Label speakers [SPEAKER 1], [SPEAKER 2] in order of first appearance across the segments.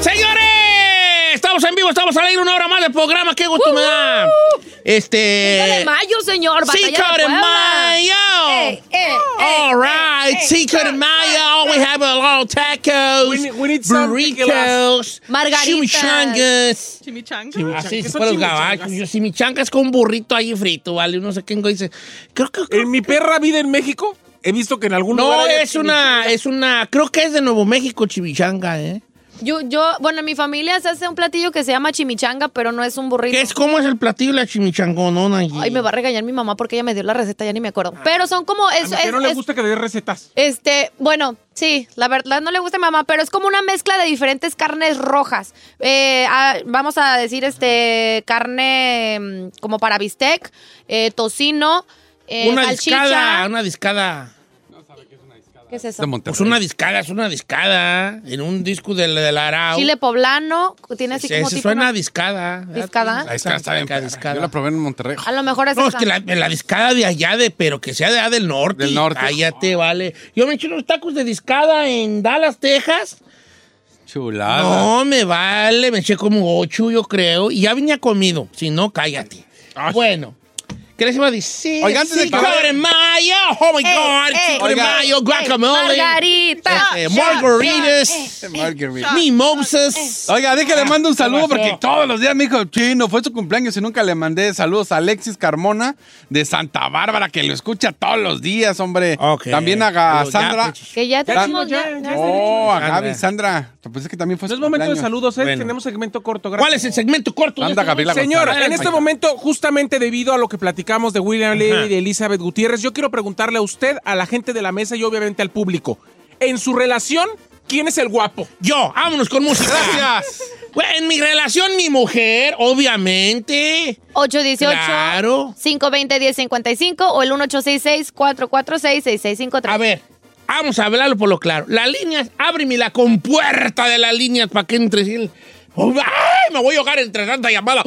[SPEAKER 1] ¡Señores! Estamos en vivo, estamos al aire una hora más del programa. ¡Qué gusto me da!
[SPEAKER 2] Uh-huh. Cinco de
[SPEAKER 1] Este.
[SPEAKER 2] mayo, señor. Batalla de
[SPEAKER 1] Cinco de
[SPEAKER 2] Puebla. Eh,
[SPEAKER 1] Mayo!
[SPEAKER 2] Ey, ey,
[SPEAKER 1] All
[SPEAKER 2] ey,
[SPEAKER 1] right,
[SPEAKER 2] ey,
[SPEAKER 1] Cinco de
[SPEAKER 2] eh,
[SPEAKER 1] Mayo. We have a lot of tacos,
[SPEAKER 3] We need- we need something que
[SPEAKER 1] burritos,
[SPEAKER 2] Margaritas.
[SPEAKER 1] chimichangas.
[SPEAKER 3] Chimichanga.
[SPEAKER 1] Así
[SPEAKER 3] ¿Qué
[SPEAKER 1] se
[SPEAKER 3] son
[SPEAKER 1] fue los
[SPEAKER 3] chimichangas?
[SPEAKER 1] gabachos. Yo chimichangas con burrito ahí frito, ¿vale? No sé qué dice. Creo que.
[SPEAKER 3] En mi perra vida en México, he visto que en algún
[SPEAKER 1] No,
[SPEAKER 3] lugar. hay
[SPEAKER 1] es una, es una, creo que es de Nuevo México, chimichanga, ¿eh?
[SPEAKER 2] Yo, yo, bueno, en mi familia se hace un platillo que se llama chimichanga, pero no es un burrito.
[SPEAKER 1] ¿Qué es? ¿Cómo es el platillo de la chimichangonona?
[SPEAKER 2] Ay, me va a regañar mi mamá porque ella me dio la receta, ya ni me acuerdo. Pero son como.
[SPEAKER 3] chimichanga.
[SPEAKER 2] Es,
[SPEAKER 3] A mi
[SPEAKER 2] es-
[SPEAKER 3] perro le
[SPEAKER 2] es-
[SPEAKER 3] gusta que dé recetas.
[SPEAKER 2] Este, bueno, sí, la verdad no le gusta a mi mamá, pero es como una mezcla de diferentes carnes rojas. Eh, ah, vamos a decir, este, carne mm, como para bistec, eh, tocino, eh,
[SPEAKER 1] Una
[SPEAKER 2] salchicha.
[SPEAKER 1] discada, una discada.
[SPEAKER 2] ¿Qué es eso?
[SPEAKER 3] De Monterrey.
[SPEAKER 1] Pues una discada es una discada. En un disco del, del Arau.
[SPEAKER 2] Chile poblano, tiene así
[SPEAKER 1] Se,
[SPEAKER 2] como
[SPEAKER 1] se
[SPEAKER 2] tipo
[SPEAKER 1] suena
[SPEAKER 2] una-
[SPEAKER 1] a discada.
[SPEAKER 2] ¿Discada?
[SPEAKER 1] La
[SPEAKER 4] La discada está bien.
[SPEAKER 1] La
[SPEAKER 4] perra. Yo la probé en Monterrey.
[SPEAKER 2] A lo mejor es
[SPEAKER 1] No, es
[SPEAKER 2] esa.
[SPEAKER 1] que la, la discada de allá, de, pero que sea de allá del norte.
[SPEAKER 4] Del norte.
[SPEAKER 1] Allá te vale. Yo me eché unos tacos de discada en Dallas, Texas.
[SPEAKER 4] Chulada.
[SPEAKER 1] No, me vale, me eché como ocho, yo creo, y ya venía comido. Si no, cállate.
[SPEAKER 4] Ay.
[SPEAKER 1] Bueno, ¿qué les iba a decir?
[SPEAKER 4] Oiga, antes de
[SPEAKER 1] Cinco
[SPEAKER 4] que-
[SPEAKER 1] de mayo, oh my
[SPEAKER 2] Ey,
[SPEAKER 1] God,
[SPEAKER 2] ey,
[SPEAKER 1] Cinco de
[SPEAKER 4] oiga.
[SPEAKER 1] mayo, guacamole,
[SPEAKER 2] Margarita.
[SPEAKER 1] este,
[SPEAKER 2] Eh,
[SPEAKER 1] margaritas,
[SPEAKER 4] Margarita.
[SPEAKER 1] eh. mimosas.
[SPEAKER 4] Oiga, déjale, mando un saludo
[SPEAKER 1] pasó?
[SPEAKER 4] porque todos los días me dijo, chino, fue su cumpleaños y nunca le mandé saludos a Alexis Carmona de Santa Bárbara, que lo escucha todos los días, hombre.
[SPEAKER 1] Ah, Ok.
[SPEAKER 4] También a
[SPEAKER 1] Saludos, ya,
[SPEAKER 4] Sandra.
[SPEAKER 1] pues.
[SPEAKER 2] Que ya
[SPEAKER 3] Ya,
[SPEAKER 2] tenemos,
[SPEAKER 3] ya,
[SPEAKER 2] ya,
[SPEAKER 3] ya
[SPEAKER 2] ya.
[SPEAKER 4] Oh, a
[SPEAKER 1] Sandra.
[SPEAKER 4] Gaby, Sandra. Pues es que también fue
[SPEAKER 3] No
[SPEAKER 4] su
[SPEAKER 3] es momento de
[SPEAKER 4] cumpleaños.
[SPEAKER 3] saludos, ¿eh?
[SPEAKER 1] Bueno.
[SPEAKER 3] Tenemos segmento corto. gracias.
[SPEAKER 1] ¿Cuál es el segmento corto?
[SPEAKER 4] Anda, Gabriela
[SPEAKER 3] Señor,
[SPEAKER 4] González.
[SPEAKER 3] en este momento, justamente debido a lo que platicamos de William Levy y de Elizabeth Gutiérrez, yo quiero preguntarle a usted, a la gente de la mesa y obviamente al público, en su relación, ¿quién es el guapo?
[SPEAKER 1] Yo, vámonos con música.
[SPEAKER 4] Gracias.
[SPEAKER 1] Bueno, En mi relación, mi mujer, obviamente.
[SPEAKER 2] 818
[SPEAKER 1] Claro.
[SPEAKER 2] 520 1055 o el 1866 446 6653.
[SPEAKER 1] A ver, vamos a hablarlo por lo claro. Las líneas, ábreme la compuerta de las líneas para que entre el... ¡Ay! Me voy a ahogar entre tanta llamada.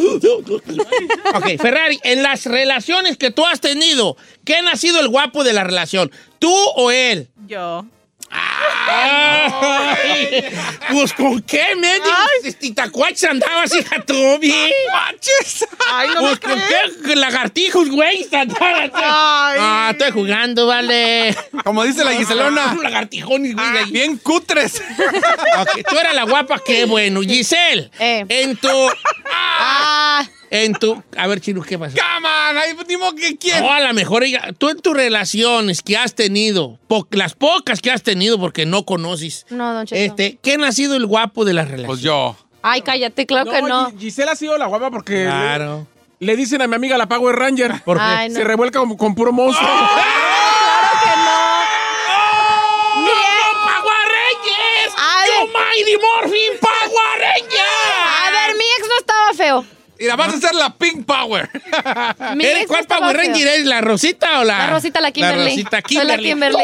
[SPEAKER 1] ok, Ferrari, en las relaciones que tú has tenido, ¿quién ha sido el guapo de la relación? ¿Tú o él?
[SPEAKER 5] Yo.
[SPEAKER 1] Ay, pues con qué medio titacuaches andabas, hija tú, bien.
[SPEAKER 5] Ay, no me
[SPEAKER 1] Pues con
[SPEAKER 5] crees.
[SPEAKER 1] qué lagartijos, güey, andabas.
[SPEAKER 5] Ay.
[SPEAKER 1] Ah, estoy jugando, vale.
[SPEAKER 4] Como dice
[SPEAKER 1] Ah.
[SPEAKER 4] la Giselona,
[SPEAKER 1] Un lagartijón y güey, ahí.
[SPEAKER 4] bien cutres.
[SPEAKER 1] Ok, Ah, Tú eras la guapa, qué bueno. Giselle,
[SPEAKER 2] Eh.
[SPEAKER 1] en tu.
[SPEAKER 2] Ah,
[SPEAKER 1] En tu. A ver, Chino, ¿qué pasa?
[SPEAKER 4] ¡Caman! Ahí dimos que quién.
[SPEAKER 1] No, a lo mejor ella- tú en tus relaciones que has tenido, po- las pocas que has tenido porque no conoces,
[SPEAKER 2] no, don Cheto.
[SPEAKER 1] este, ¿quién ha sido el guapo de las
[SPEAKER 4] Pues
[SPEAKER 1] relaciones?
[SPEAKER 4] yo.
[SPEAKER 2] Ay, cállate, claro que no.
[SPEAKER 3] Gi- Gisela ha sido la guapa porque le-
[SPEAKER 1] Claro.
[SPEAKER 3] le, dicen a mi amiga la Power Ranger.
[SPEAKER 1] ¿Por qué?
[SPEAKER 2] Ay, no.
[SPEAKER 3] Se revuelca como con puro monstruo.
[SPEAKER 2] Claro que no.
[SPEAKER 1] ¡No,
[SPEAKER 2] Bien.
[SPEAKER 1] no, Power Rangers!
[SPEAKER 2] A
[SPEAKER 1] ¡Yo,
[SPEAKER 2] ver.
[SPEAKER 1] Mighty Morphin Power Rangers!
[SPEAKER 2] A ver, mi ex no estaba feo.
[SPEAKER 4] Y la vas a hacer la Pink Power.
[SPEAKER 2] Mi
[SPEAKER 1] ¿Eres
[SPEAKER 2] ex no
[SPEAKER 1] cuál
[SPEAKER 2] estaba
[SPEAKER 1] Power
[SPEAKER 2] feo.
[SPEAKER 1] Ranger eres? ¿La Rosita o la...?
[SPEAKER 2] La Rosita, la Kimberly.
[SPEAKER 1] La Rosita
[SPEAKER 2] Soy
[SPEAKER 1] Kimberly.
[SPEAKER 2] la Kimberly.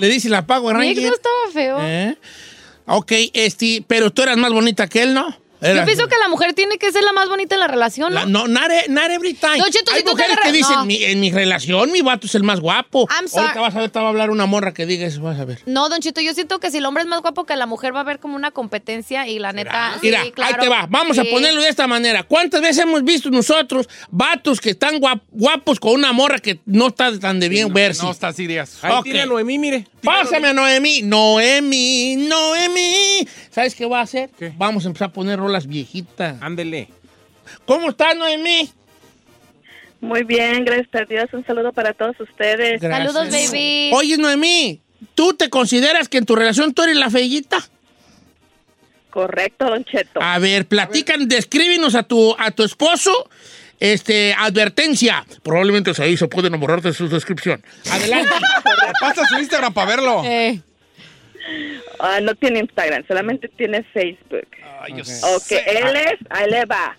[SPEAKER 1] Le dice la Power
[SPEAKER 2] Mi
[SPEAKER 1] Ranger.
[SPEAKER 2] ex no estaba feo.
[SPEAKER 1] ¿Eh? Ok, este, pero tú eras más bonita que él, ¿no? Era-
[SPEAKER 2] Yo pienso que la mujer tiene que ser la más bonita en la relación, ¿no?
[SPEAKER 1] La- no, not, e- not every time.
[SPEAKER 2] Don Cheto,
[SPEAKER 1] Hay
[SPEAKER 2] si tú te
[SPEAKER 1] mujeres que
[SPEAKER 2] agarras-
[SPEAKER 1] dicen,
[SPEAKER 2] no.
[SPEAKER 1] "Mi- en mi relación, mi vato es el más guapo.
[SPEAKER 2] I'm sorry.
[SPEAKER 1] Ahorita vas a ver, te va a hablar una morra que diga eso, vas a ver.
[SPEAKER 2] No, Don Chito, yo siento que si el hombre es más guapo que la mujer va a haber como una competencia y la neta.
[SPEAKER 1] Mira,
[SPEAKER 2] Ah, sí, claro,
[SPEAKER 1] ahí te va. Vamos a
[SPEAKER 2] sí.
[SPEAKER 1] ponerlo de esta manera. ¿Cuántas veces hemos visto nosotros vatos que están guap- guapos con una morra que no está tan de bien verse?
[SPEAKER 4] No, está así, Díaz.
[SPEAKER 3] Ahí
[SPEAKER 1] Ok.
[SPEAKER 3] tiene a Noemí, mire.
[SPEAKER 1] Pásame a Noemí. Noemí, Noemí. ¿Sabes qué va a hacer?
[SPEAKER 3] ¿Qué?
[SPEAKER 1] Vamos a empezar a poner rolas viejitas.
[SPEAKER 3] Ándele.
[SPEAKER 1] ¿Cómo estás, Noemí?
[SPEAKER 6] Muy bien, gracias a Dios. Un saludo para todos ustedes.
[SPEAKER 2] Saludos,
[SPEAKER 1] Gracias.
[SPEAKER 2] baby.
[SPEAKER 1] Oye, Noemí, ¿tú te consideras que en tu relación tú eres la fellita?
[SPEAKER 6] Correcto, Don Cheto.
[SPEAKER 1] A ver, platican, descríbenos a tu, a tu esposo. Este, advertencia. Probablemente ahí se puede enamorarte de su descripción. Adelante.
[SPEAKER 4] Pasa su Instagram para verlo.
[SPEAKER 2] Eh,
[SPEAKER 6] Ah, no tiene Instagram, solamente tiene Facebook.
[SPEAKER 1] Ah.
[SPEAKER 6] ok, él es, ahí le va.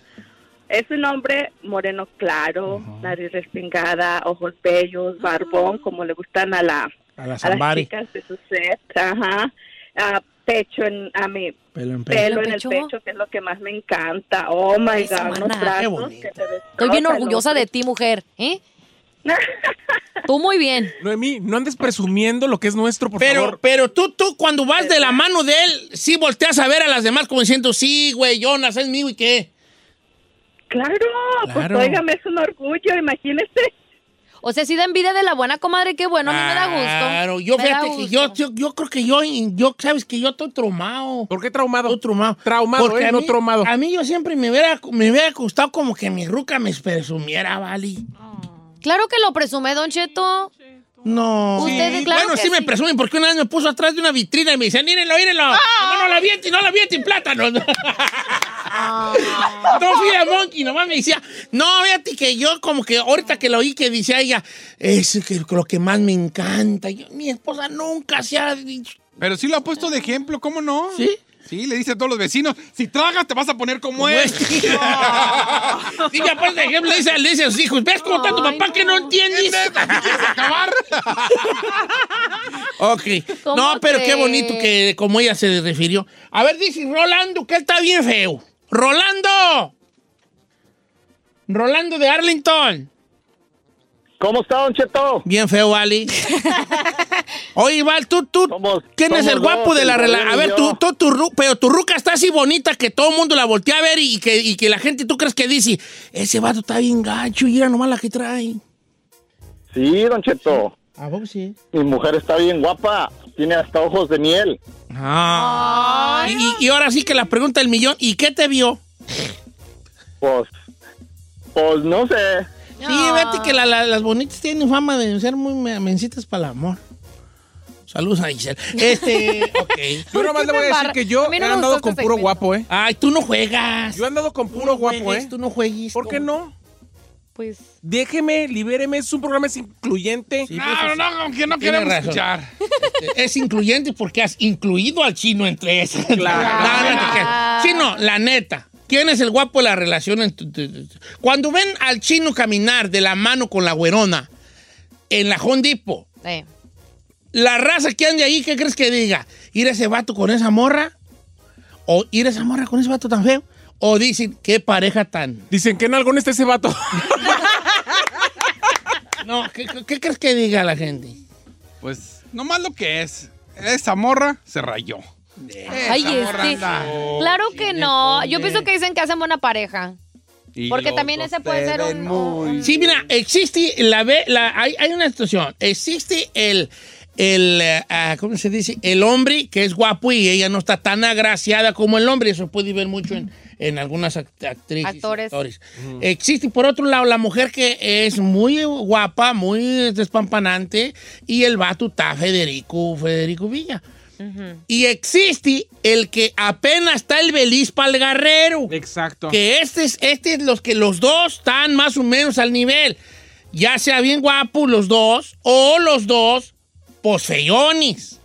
[SPEAKER 6] Es un hombre moreno claro, nariz respingada, ojos bellos, barbón, como le gustan a la
[SPEAKER 1] A la
[SPEAKER 6] a las
[SPEAKER 1] Zambari.
[SPEAKER 6] chicas de su set. Ajá. Ah, pecho en, a mi
[SPEAKER 1] Pelo en pelo.
[SPEAKER 6] pelo
[SPEAKER 2] ¿Pelo
[SPEAKER 6] en el
[SPEAKER 2] pecho?
[SPEAKER 6] pecho, que es lo que más me encanta. Oh my
[SPEAKER 2] Esa
[SPEAKER 6] God,
[SPEAKER 2] maná.
[SPEAKER 6] unos
[SPEAKER 1] Qué
[SPEAKER 6] brazos
[SPEAKER 1] bonita.
[SPEAKER 6] que te
[SPEAKER 2] Estoy bien
[SPEAKER 6] destrozan
[SPEAKER 2] orgullosa
[SPEAKER 6] los-
[SPEAKER 2] de ti, mujer. ¿eh? Tú muy bien.
[SPEAKER 3] Noemí, no andes presumiendo lo que es nuestro, por
[SPEAKER 1] Pero,
[SPEAKER 3] favor.
[SPEAKER 1] pero tú, tú, cuando vas de la mano de él, sí volteas a ver a las demás como diciendo, sí, güey, Jonas, es mío y qué.
[SPEAKER 6] Claro,
[SPEAKER 1] Claro.
[SPEAKER 6] pues óigame, es un orgullo, imagínese.
[SPEAKER 2] O sea, si da envidia de la buena comadre, qué bueno, a mí me da gusto.
[SPEAKER 1] Claro, yo
[SPEAKER 2] Me da
[SPEAKER 1] fíjate que yo,
[SPEAKER 2] gusto.
[SPEAKER 1] yo, yo creo que yo, yo, sabes que yo estoy traumado.
[SPEAKER 3] ¿Por qué traumado?
[SPEAKER 1] Estoy traumado.
[SPEAKER 3] Traumado,
[SPEAKER 1] Porque
[SPEAKER 3] ¿eh?
[SPEAKER 1] a
[SPEAKER 3] No
[SPEAKER 1] mí-
[SPEAKER 3] traumado.
[SPEAKER 1] A mí yo siempre me hubiera, me hubiera gustado como que mi ruca me presumiera, Vali.
[SPEAKER 2] Claro que lo presume, Don Cheto.
[SPEAKER 1] No.
[SPEAKER 2] Ustedes, claro
[SPEAKER 1] bueno,
[SPEAKER 2] que
[SPEAKER 1] sí me
[SPEAKER 2] sí. Ah.
[SPEAKER 1] presumen porque una vez me puso atrás de una vitrina y me dicen, mírenlo, mírenlo. No, no la vienten, no la vienten, plátano. no
[SPEAKER 2] Ah.
[SPEAKER 1] fui a Monkey, nomás me decía, no, fíjate que yo como que ahorita que lo oí que decía ella, es que lo que más me encanta. Yo, mi esposa nunca se ha dicho.
[SPEAKER 4] Pero sí lo ha puesto de ejemplo, ¿cómo no?
[SPEAKER 1] ¿Sí?
[SPEAKER 4] Sí, le dice a todos los vecinos, si tragas te vas a poner como
[SPEAKER 1] Pues,
[SPEAKER 4] él.
[SPEAKER 1] y mi papá, por ejemplo, le dice, le dice a sus hijos, ¿ves cómo está tu
[SPEAKER 2] Ay,
[SPEAKER 1] papá que no
[SPEAKER 2] no.
[SPEAKER 1] entiendes?
[SPEAKER 4] acabar?
[SPEAKER 1] Ok.
[SPEAKER 2] ¿Cómo
[SPEAKER 1] No, pero qué
[SPEAKER 2] crees?
[SPEAKER 1] bonito que como ella se refirió. A ver, dice Rolando, que él está bien feo. ¡Rolando! Rolando de Arlington.
[SPEAKER 7] ¿Cómo está, Don Cheto?
[SPEAKER 1] Bien feo, Ali. Oye, Val, tú, tú,
[SPEAKER 7] Somos-
[SPEAKER 1] ¿quién es
[SPEAKER 7] somos
[SPEAKER 1] el guapo
[SPEAKER 7] dos,
[SPEAKER 1] de la
[SPEAKER 7] el
[SPEAKER 1] relación?
[SPEAKER 7] Rolando
[SPEAKER 1] A
[SPEAKER 7] y
[SPEAKER 1] ver,
[SPEAKER 7] yo.
[SPEAKER 1] tú, tú, tu ru- pero tu ruca está así bonita que todo el mundo la voltea a ver y que, y que la gente, tú crees que dice, ese vato está bien gacho y era nomás la que trae.
[SPEAKER 7] Sí, Don Cheto.
[SPEAKER 1] ¿A vos sí?
[SPEAKER 7] Mi mujer está bien guapa. Tiene hasta ojos de miel.
[SPEAKER 1] Ah. Y, y ahora sí que la pregunta del millón, ¿y qué te vio?
[SPEAKER 7] Pues, pues no sé.
[SPEAKER 1] Sí, vete que la- la- las bonitas tienen fama de ser muy me- mencitas para el amor. Saludos a Giselle. Este, ok.
[SPEAKER 3] Yo
[SPEAKER 2] ¿Por
[SPEAKER 3] nomás
[SPEAKER 2] qué me
[SPEAKER 3] le voy a decir
[SPEAKER 2] embarra?
[SPEAKER 3] que yo
[SPEAKER 2] A mí no
[SPEAKER 3] he
[SPEAKER 2] me
[SPEAKER 3] andado
[SPEAKER 2] gustó
[SPEAKER 3] con
[SPEAKER 2] este
[SPEAKER 3] puro
[SPEAKER 2] segmento.
[SPEAKER 3] guapo, ¿eh?
[SPEAKER 1] Ay, tú no juegas.
[SPEAKER 3] Yo he andado con
[SPEAKER 1] Tú
[SPEAKER 3] puro
[SPEAKER 1] no
[SPEAKER 3] guapo,
[SPEAKER 1] juegues,
[SPEAKER 3] ¿eh?
[SPEAKER 1] Tú no juegues.
[SPEAKER 3] ¿Por qué no?
[SPEAKER 2] Pues.
[SPEAKER 3] Déjeme, libéreme, es un programa es incluyente.
[SPEAKER 1] Sí,
[SPEAKER 4] No,
[SPEAKER 1] pues,
[SPEAKER 4] no, no, como que no
[SPEAKER 1] Tiene
[SPEAKER 4] queremos
[SPEAKER 1] razón.
[SPEAKER 4] escuchar.
[SPEAKER 1] este, es incluyente porque has incluido al chino entre esas. No, no te creas. Chino, la neta. ¿Quién es el guapo de la relación? en tu- tu- tu- tu? Cuando ven al chino caminar de la mano con la güerona en la Hondipo,
[SPEAKER 2] eh.
[SPEAKER 1] la raza que ande ahí, ¿qué crees que diga? ¿Ir ese vato con esa morra? ¿O ir esa morra con ese vato tan feo? ¿O dicen, qué pareja tan...?
[SPEAKER 3] Dicen que en algún está ese vato.
[SPEAKER 1] No, ¿qué, qué- qué crees que diga la gente?
[SPEAKER 4] Pues, nomás lo que es. Esa morra se rayó. Esa
[SPEAKER 2] Ay,
[SPEAKER 4] morra
[SPEAKER 2] este.
[SPEAKER 4] anda.
[SPEAKER 1] Oh,
[SPEAKER 2] Claro que no. Yo
[SPEAKER 1] hombre.
[SPEAKER 2] pienso que dicen que hacen buena pareja.
[SPEAKER 4] Y
[SPEAKER 2] Porque
[SPEAKER 4] los
[SPEAKER 2] también
[SPEAKER 4] dos
[SPEAKER 2] ese puede
[SPEAKER 4] se
[SPEAKER 2] ser
[SPEAKER 4] ven
[SPEAKER 2] un-
[SPEAKER 4] muy-
[SPEAKER 2] un-
[SPEAKER 1] Sí, mira, existe la... ve- la hay, hay una situación. Existe el... El, eh, ah, ¿cómo se dice? El hombre que es guapo y ella no está tan agraciada como el hombre. Eso puede ver mucho en, en algunas act- actrices. y
[SPEAKER 2] Actores.
[SPEAKER 1] actores. Existe, por otro lado, la mujer que es muy guapa, muy despampanante, y el vato está Federico, Federico Villa. Y existe el que apenas está el beliz para el garrero.
[SPEAKER 3] Exacto.
[SPEAKER 1] Que este es, este es los que los dos están más o menos al nivel. Ya sea bien guapo los dos, o los dos, pues feyonis.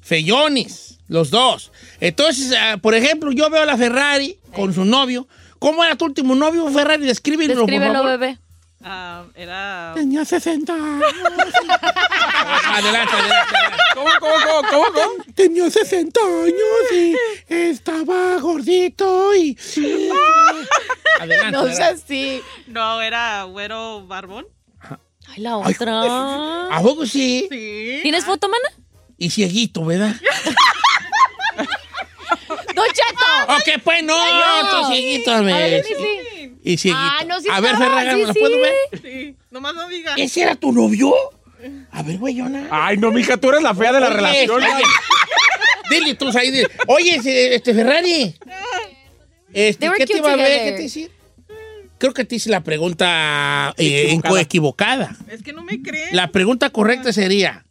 [SPEAKER 1] Feyonis, los dos. Entonces, ah, por ejemplo, yo veo a la Ferrari con su novio. ¿Cómo era tu último novio, Ferrari? Descríbelo, por
[SPEAKER 2] Descríbelo,
[SPEAKER 1] favor.
[SPEAKER 2] bebé.
[SPEAKER 5] Ah, era
[SPEAKER 1] Tenía 60 años. adelante, adelante, adelante.
[SPEAKER 3] ¿Cómo, cómo, cómo, cómo, cómo?
[SPEAKER 1] Tenía 60 años y Estaba gordito y. Adelante.
[SPEAKER 2] No
[SPEAKER 1] adelante.
[SPEAKER 2] sé así.
[SPEAKER 5] No, era güero barbón.
[SPEAKER 2] Ay, la otra.
[SPEAKER 1] ¿A poco sí?
[SPEAKER 5] Sí.
[SPEAKER 2] ¿Tienes foto, mana?
[SPEAKER 1] Y cieguito, ¿verdad?
[SPEAKER 2] ¡Don Cheto!
[SPEAKER 1] ok, pues no, tú cieguito,
[SPEAKER 2] A
[SPEAKER 1] me.
[SPEAKER 2] ver, dime si-
[SPEAKER 1] Y cieguito.
[SPEAKER 2] Ah, no, sí
[SPEAKER 1] A ver,
[SPEAKER 2] estaba,
[SPEAKER 1] Ferragamo,
[SPEAKER 2] sí,
[SPEAKER 1] ¿la puedo
[SPEAKER 2] sí.
[SPEAKER 1] ver?
[SPEAKER 5] Sí. Nomás no digas.
[SPEAKER 1] ¿Ese era tu novio? A ver, güeyona.
[SPEAKER 3] Ay, no, mija, tú eres la fea de la
[SPEAKER 1] Oye,
[SPEAKER 3] relación.
[SPEAKER 1] oye. Dile tú, ahí. dile. Oye, ese- este Ferrari. Este,
[SPEAKER 2] They were
[SPEAKER 1] ¿Qué te
[SPEAKER 2] cute
[SPEAKER 1] iba a ver?
[SPEAKER 2] together.
[SPEAKER 1] ¿Qué te decir? Creo que te hice la pregunta eh,
[SPEAKER 3] Equivocada.
[SPEAKER 1] inco- equivocada.
[SPEAKER 5] Es que no me creen.
[SPEAKER 1] La pregunta correcta sería: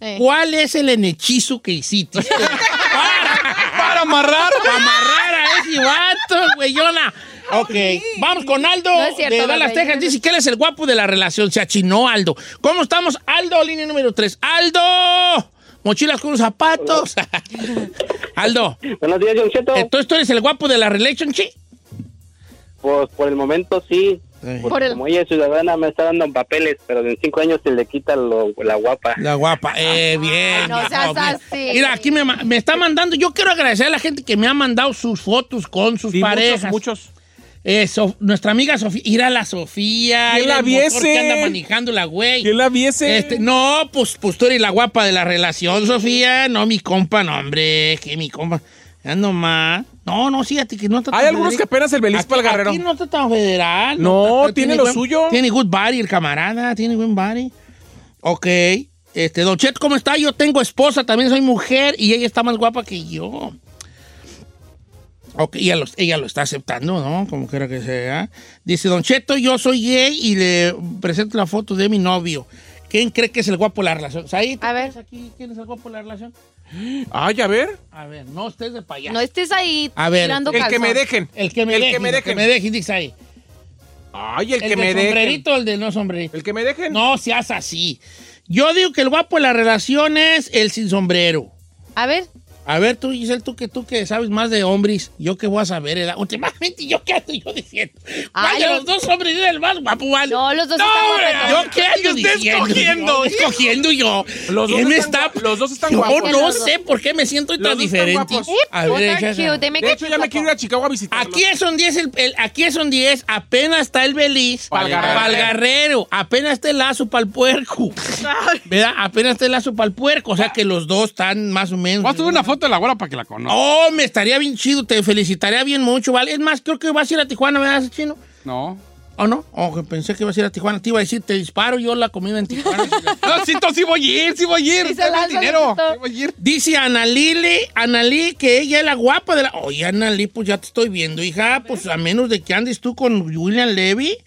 [SPEAKER 2] Eh.
[SPEAKER 1] ¿Cuál es el hechizo que hiciste? para,
[SPEAKER 4] ¡Para amarrar!
[SPEAKER 1] para amarrar a ese vato, güeyona. Ok, vamos con Aldo
[SPEAKER 2] No es cierto,
[SPEAKER 1] de Dallas,
[SPEAKER 2] bebé.
[SPEAKER 1] Texas. Dice que él es el guapo de la relación. Se achinó Aldo. ¿Cómo estamos, Aldo? Línea número 3. ¡Aldo! Mochilas con zapatos. Aldo,
[SPEAKER 7] Buenos días, John Cheto.
[SPEAKER 1] entonces tú eres el guapo de la relationship.
[SPEAKER 7] Pues por el momento sí. Porque
[SPEAKER 2] Por el-
[SPEAKER 7] Como ella es ciudadana me está dando en papeles, pero en cinco años se le quita lo- la guapa.
[SPEAKER 1] La guapa. Eh, bien.
[SPEAKER 2] no seas
[SPEAKER 1] hijo, bien.
[SPEAKER 2] así.
[SPEAKER 1] Mira, aquí me, ma- me está mandando. Yo quiero agradecer a la gente que me ha mandado sus fotos con sus
[SPEAKER 3] Sí, muchos,
[SPEAKER 1] parejas.
[SPEAKER 3] muchos.
[SPEAKER 1] Eh, Sof- nuestra amiga Sofía, ir a la Sofía,
[SPEAKER 3] ¿Quién
[SPEAKER 1] ir
[SPEAKER 3] la
[SPEAKER 1] al motor
[SPEAKER 3] viese?
[SPEAKER 1] que anda manejando la güey.
[SPEAKER 3] ¿Quién la viese?
[SPEAKER 1] Este, no, pues, pues tú eres la guapa de la relación, Sofía. No, mi compa, no, hombre, que mi compa. Ya nomás. No, no, fíjate que no está
[SPEAKER 3] Hay algunos que apenas el Belispa
[SPEAKER 1] Aquí-
[SPEAKER 3] el Guerrero.
[SPEAKER 1] aquí no está tan federal.
[SPEAKER 3] No,
[SPEAKER 1] está-
[SPEAKER 3] tiene lo
[SPEAKER 1] buen-
[SPEAKER 3] suyo.
[SPEAKER 1] Tiene good body el camarada, tiene buen body. Ok. Este, Don Chet, ¿cómo está? Yo tengo esposa, también soy mujer y ella está más guapa que yo. Ok, ella lo, ella lo está aceptando, ¿no? Como quiera que sea. Dice, Don Cheto, yo soy gay y le presento la foto de mi novio. ¿Quién cree que es el guapo de la relación? Ahí,
[SPEAKER 2] A ver.
[SPEAKER 1] Aquí, ¿Quién es el guapo de la relación?
[SPEAKER 3] Ay, a ver.
[SPEAKER 1] A ver, no estés de payaso.
[SPEAKER 2] No estés ahí
[SPEAKER 1] A ver,
[SPEAKER 2] tirando
[SPEAKER 3] El que
[SPEAKER 2] calzón.
[SPEAKER 3] me dejen.
[SPEAKER 1] El que me
[SPEAKER 3] el
[SPEAKER 1] deje,
[SPEAKER 3] que me
[SPEAKER 1] El que
[SPEAKER 3] dejen.
[SPEAKER 1] me deje, dice ahí.
[SPEAKER 3] Ay, el,
[SPEAKER 1] El,
[SPEAKER 3] que
[SPEAKER 1] del
[SPEAKER 3] me dejen.
[SPEAKER 1] sombrerito o el de no sombrerito.
[SPEAKER 3] El que me dejen.
[SPEAKER 1] No seas así. Yo digo que el guapo de la relación es el sin sombrero.
[SPEAKER 2] A ver.
[SPEAKER 1] A ver, tú, Giselle, tú que tú que sabes más de hombres, yo qué voy a saber, ¿verdad? Últimamente, yo qué estoy yo diciendo.
[SPEAKER 2] Ay,
[SPEAKER 1] Vaya,
[SPEAKER 2] yo-
[SPEAKER 1] los dos hombres es el más guapo, ¿vale?
[SPEAKER 2] No, los dos
[SPEAKER 1] No,
[SPEAKER 2] están
[SPEAKER 1] hombre,
[SPEAKER 2] guapetones.
[SPEAKER 1] yo qué ando
[SPEAKER 3] Yo estoy
[SPEAKER 1] diciendo. yo,
[SPEAKER 3] escogiendo,
[SPEAKER 1] escogiendo yo.
[SPEAKER 3] Los dos
[SPEAKER 1] ¿Quién me
[SPEAKER 3] están
[SPEAKER 1] está?
[SPEAKER 3] guapos, los dos están
[SPEAKER 1] yo
[SPEAKER 3] guapos.
[SPEAKER 1] no
[SPEAKER 2] Los dos.
[SPEAKER 1] sé por qué me siento
[SPEAKER 3] Los
[SPEAKER 1] tan
[SPEAKER 3] dos están
[SPEAKER 1] diferente.
[SPEAKER 2] Pues,
[SPEAKER 3] guapos.
[SPEAKER 1] A ver,
[SPEAKER 2] Both are
[SPEAKER 1] esa-
[SPEAKER 2] cute. They make
[SPEAKER 3] De
[SPEAKER 2] it
[SPEAKER 3] hecho, ya me
[SPEAKER 2] guapo.
[SPEAKER 3] quiero ir a Chicago a visitar.
[SPEAKER 1] Aquí es un 10, el, el- aquí es un 10, apenas está el Beliz,
[SPEAKER 3] Palgarrero.
[SPEAKER 1] Palgarrero, apenas está el lazo para el puerco, ¿verdad? Apenas está el lazo para el puerco, o sea que los dos están más o menos.
[SPEAKER 4] Voy a subir una foto de la güera para que la conozca.
[SPEAKER 1] Oh, me estaría bien chido, te felicitaría bien mucho, ¿vale? Es más, creo que vas a ir a Tijuana, ¿verdad, chino?
[SPEAKER 4] No.
[SPEAKER 1] ¿O no? Oh, que pensé que ibas a ir a Tijuana, te iba a decir, te disparo yo la comida en Tijuana.
[SPEAKER 4] No, sí, to- sí voy a ir, sí voy a ir.
[SPEAKER 2] Sí se
[SPEAKER 4] Dame el
[SPEAKER 2] lanza,
[SPEAKER 4] dinero.
[SPEAKER 2] Luisito.
[SPEAKER 4] Sí voy a ir.
[SPEAKER 1] Dice Ana Lili, Ana Lili, que ella es la guapa de la. Oye, Ana Lili, pues ya te estoy viendo, hija. Pues a menos de que andes tú con William Levy,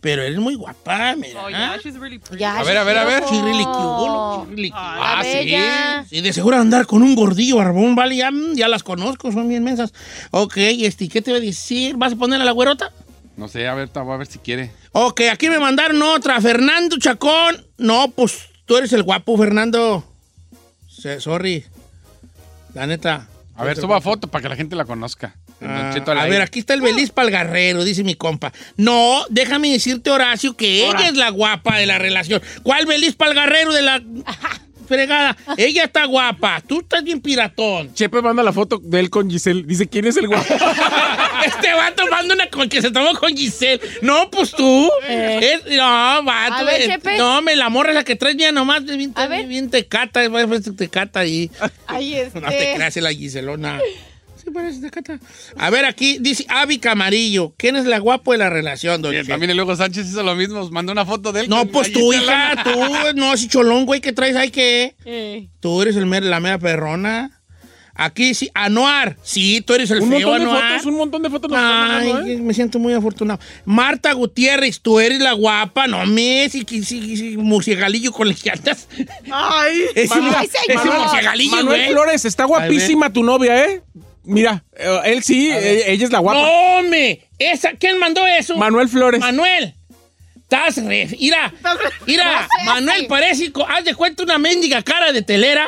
[SPEAKER 1] pero eres muy guapa, mira. ¿ah?
[SPEAKER 5] Oh, yeah, she's really pretty.
[SPEAKER 2] Ya,
[SPEAKER 4] A ver, a ver, a ver.
[SPEAKER 1] Sí, really cute,
[SPEAKER 2] Oh.
[SPEAKER 1] ¿no? Sí, really cute.
[SPEAKER 5] Ah,
[SPEAKER 2] La
[SPEAKER 4] Ah, sí.
[SPEAKER 2] bella.
[SPEAKER 1] Sí, de seguro andar con un gordillo barbón, vale, ya, mm, ya las conozco, son bien mensas. Ok, este, ¿qué te voy a decir? ¿Vas a poner a la güerota?
[SPEAKER 4] No sé, a ver, ta- voy a ver si quiere.
[SPEAKER 1] Ok, aquí me mandaron otra. Fernando Chacón. No, pues tú eres el guapo, Fernando. Se- Sorry. La neta.
[SPEAKER 4] A ver, suba foto para que la gente la conozca. El Don
[SPEAKER 1] Ah,
[SPEAKER 4] Cheto al
[SPEAKER 1] a
[SPEAKER 4] aire.
[SPEAKER 1] ver, aquí está el Belis Palgarrero, dice mi compa. No, déjame decirte, Horacio, que ella es la guapa de la relación. ¿Cuál Belis Palgarrero de la fregada? Ella está guapa. Tú estás bien piratón.
[SPEAKER 3] Chepe manda la foto de él con Giselle. Dice, ¿quién es el guapo?
[SPEAKER 1] Este va tomando una con que se tomó con Giselle. No, pues tú. Es- no, vato.
[SPEAKER 2] Eh. A ver,
[SPEAKER 1] eh,
[SPEAKER 2] Chepe.
[SPEAKER 1] No, me la morra la que traes mía nomás. Bien,
[SPEAKER 2] A
[SPEAKER 1] bien,
[SPEAKER 2] ver.
[SPEAKER 1] bien te cata, eh, te cata ahí.
[SPEAKER 2] Ahí
[SPEAKER 1] No te
[SPEAKER 2] este.
[SPEAKER 1] creas la Giselona. Sí, parece te cata. A ver, aquí dice Avi Camarillo. ¿Quién es la guapo de la relación, don
[SPEAKER 4] Oye,
[SPEAKER 1] Chepe?
[SPEAKER 4] También el Hugo Sánchez hizo lo mismo. Mandó una foto de él.
[SPEAKER 1] No,
[SPEAKER 4] con
[SPEAKER 1] pues
[SPEAKER 4] la
[SPEAKER 1] tú,
[SPEAKER 4] Gisela.
[SPEAKER 1] hija, tú, no, si cholón, güey, que traes ahí que. Tú eres el mer- la mera perrona. Aquí sí, Anuar. Sí, tú eres el
[SPEAKER 3] un
[SPEAKER 1] feo,
[SPEAKER 3] montón de
[SPEAKER 1] Anuar.
[SPEAKER 4] ¿eh?
[SPEAKER 3] fotos, un montón de fotos. nos están mandando,
[SPEAKER 1] Ay,
[SPEAKER 3] ¿eh?
[SPEAKER 1] me siento muy afortunado. Marta Gutiérrez, tú eres la guapa, no me, si, si, si, si murciagalillo con las llantas.
[SPEAKER 3] Ay,
[SPEAKER 1] Ese,
[SPEAKER 3] ¿eh? Manuel-
[SPEAKER 1] mur- ese
[SPEAKER 3] Manuel-
[SPEAKER 1] murciagalillo,
[SPEAKER 3] Manuel
[SPEAKER 1] güey.
[SPEAKER 3] Flores, está guapísima tu novia, ¿eh? Mira, eh, él sí, eh, ella es la guapa.
[SPEAKER 1] No, hombre. Esa, ¿Quién mandó eso?
[SPEAKER 3] Manuel Flores.
[SPEAKER 1] Manuel. Estás re... Mira, mira, Manuel parece... co- Haz de cuenta una mendiga cara de telera.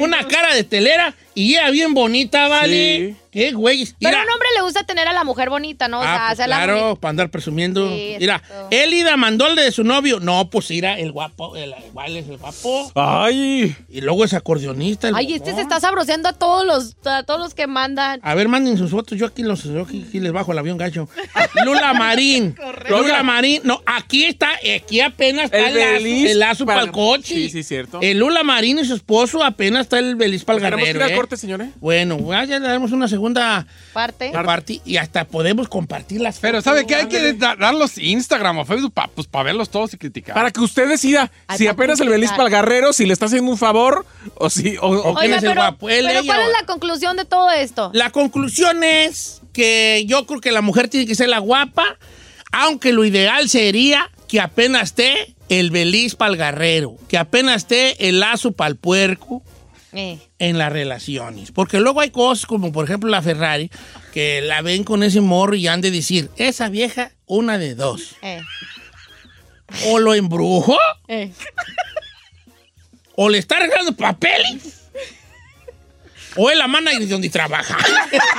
[SPEAKER 1] una cara de telera y ella bien bonita, ¿vale?
[SPEAKER 3] Sí.
[SPEAKER 1] ¿Qué, güey?
[SPEAKER 2] Pero
[SPEAKER 1] Mira.
[SPEAKER 2] a un hombre le gusta tener a la mujer bonita, ¿no? O sea,
[SPEAKER 1] Ah, pues,
[SPEAKER 2] hacerla
[SPEAKER 1] claro,
[SPEAKER 2] bonita.
[SPEAKER 1] para andar presumiendo.
[SPEAKER 2] Sí,
[SPEAKER 1] Mira,
[SPEAKER 2] exacto.
[SPEAKER 1] Elida mandó el de su novio. No, pues mira, el guapo, el, igual es el guapo.
[SPEAKER 3] Ay.
[SPEAKER 1] Y luego es acordeonista. el
[SPEAKER 2] Ay, este se
[SPEAKER 1] bobón.
[SPEAKER 2] está sabroseando a todos los, a todos los que mandan.
[SPEAKER 1] A ver, manden sus fotos. Yo aquí los yo aquí, aquí les bajo el avión gacho. Lula Marín. Lula
[SPEAKER 3] Oiga.
[SPEAKER 1] Marín. No, aquí está, aquí apenas está
[SPEAKER 3] El
[SPEAKER 1] el, lazo-
[SPEAKER 3] Belis
[SPEAKER 1] el lazo para
[SPEAKER 3] para-
[SPEAKER 1] el coche.
[SPEAKER 3] Sí, sí, cierto. Pues
[SPEAKER 1] El Lula Marín y su esposo apenas está el Belis para el
[SPEAKER 3] ¿Tenemos que ir
[SPEAKER 1] guerrero.
[SPEAKER 3] al
[SPEAKER 1] ¿eh?
[SPEAKER 3] corte, señores?
[SPEAKER 1] Bueno, ya le daremos una segunda
[SPEAKER 2] Parte.
[SPEAKER 1] parte y hasta podemos compartir las
[SPEAKER 4] Pero
[SPEAKER 1] fotos.
[SPEAKER 4] ¿sabe qué? Hay que da- darlos Instagram o Facebook para pues, pa verlos todos y criticar.
[SPEAKER 3] Para que usted decida
[SPEAKER 2] Ay,
[SPEAKER 3] si
[SPEAKER 2] para
[SPEAKER 3] apenas el Belis
[SPEAKER 2] criticar.
[SPEAKER 3] Palgarrero, si le está haciendo un favor o si. O, o-
[SPEAKER 1] ¿quién es el
[SPEAKER 2] pero,
[SPEAKER 1] guapo? ¿Él,
[SPEAKER 2] pero
[SPEAKER 1] ella
[SPEAKER 2] ¿cuál
[SPEAKER 1] o-
[SPEAKER 2] es la conclusión de todo esto?
[SPEAKER 1] La conclusión es que yo creo que la mujer tiene que ser la guapa, aunque lo ideal sería que apenas esté el beliz para el guerrero, que apenas esté el lazo para el puerco
[SPEAKER 2] Eh.
[SPEAKER 1] en las relaciones. Porque luego hay cosas como, por ejemplo, la Ferrari, que la ven con ese morro y han de decir, esa vieja, una de dos.
[SPEAKER 2] Eh,
[SPEAKER 1] O lo embrujó,
[SPEAKER 2] eh.
[SPEAKER 1] o le está regalando papeles, o es la manager de donde trabaja.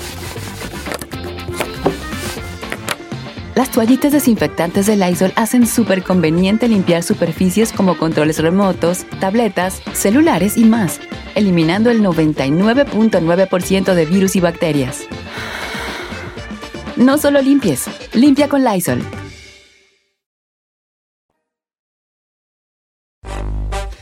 [SPEAKER 8] Las toallitas desinfectantes de Lysol hacen súper conveniente limpiar superficies como controles remotos, tabletas, celulares y más, eliminando el 99.9% de virus y bacterias. No solo limpies, limpia con Lysol.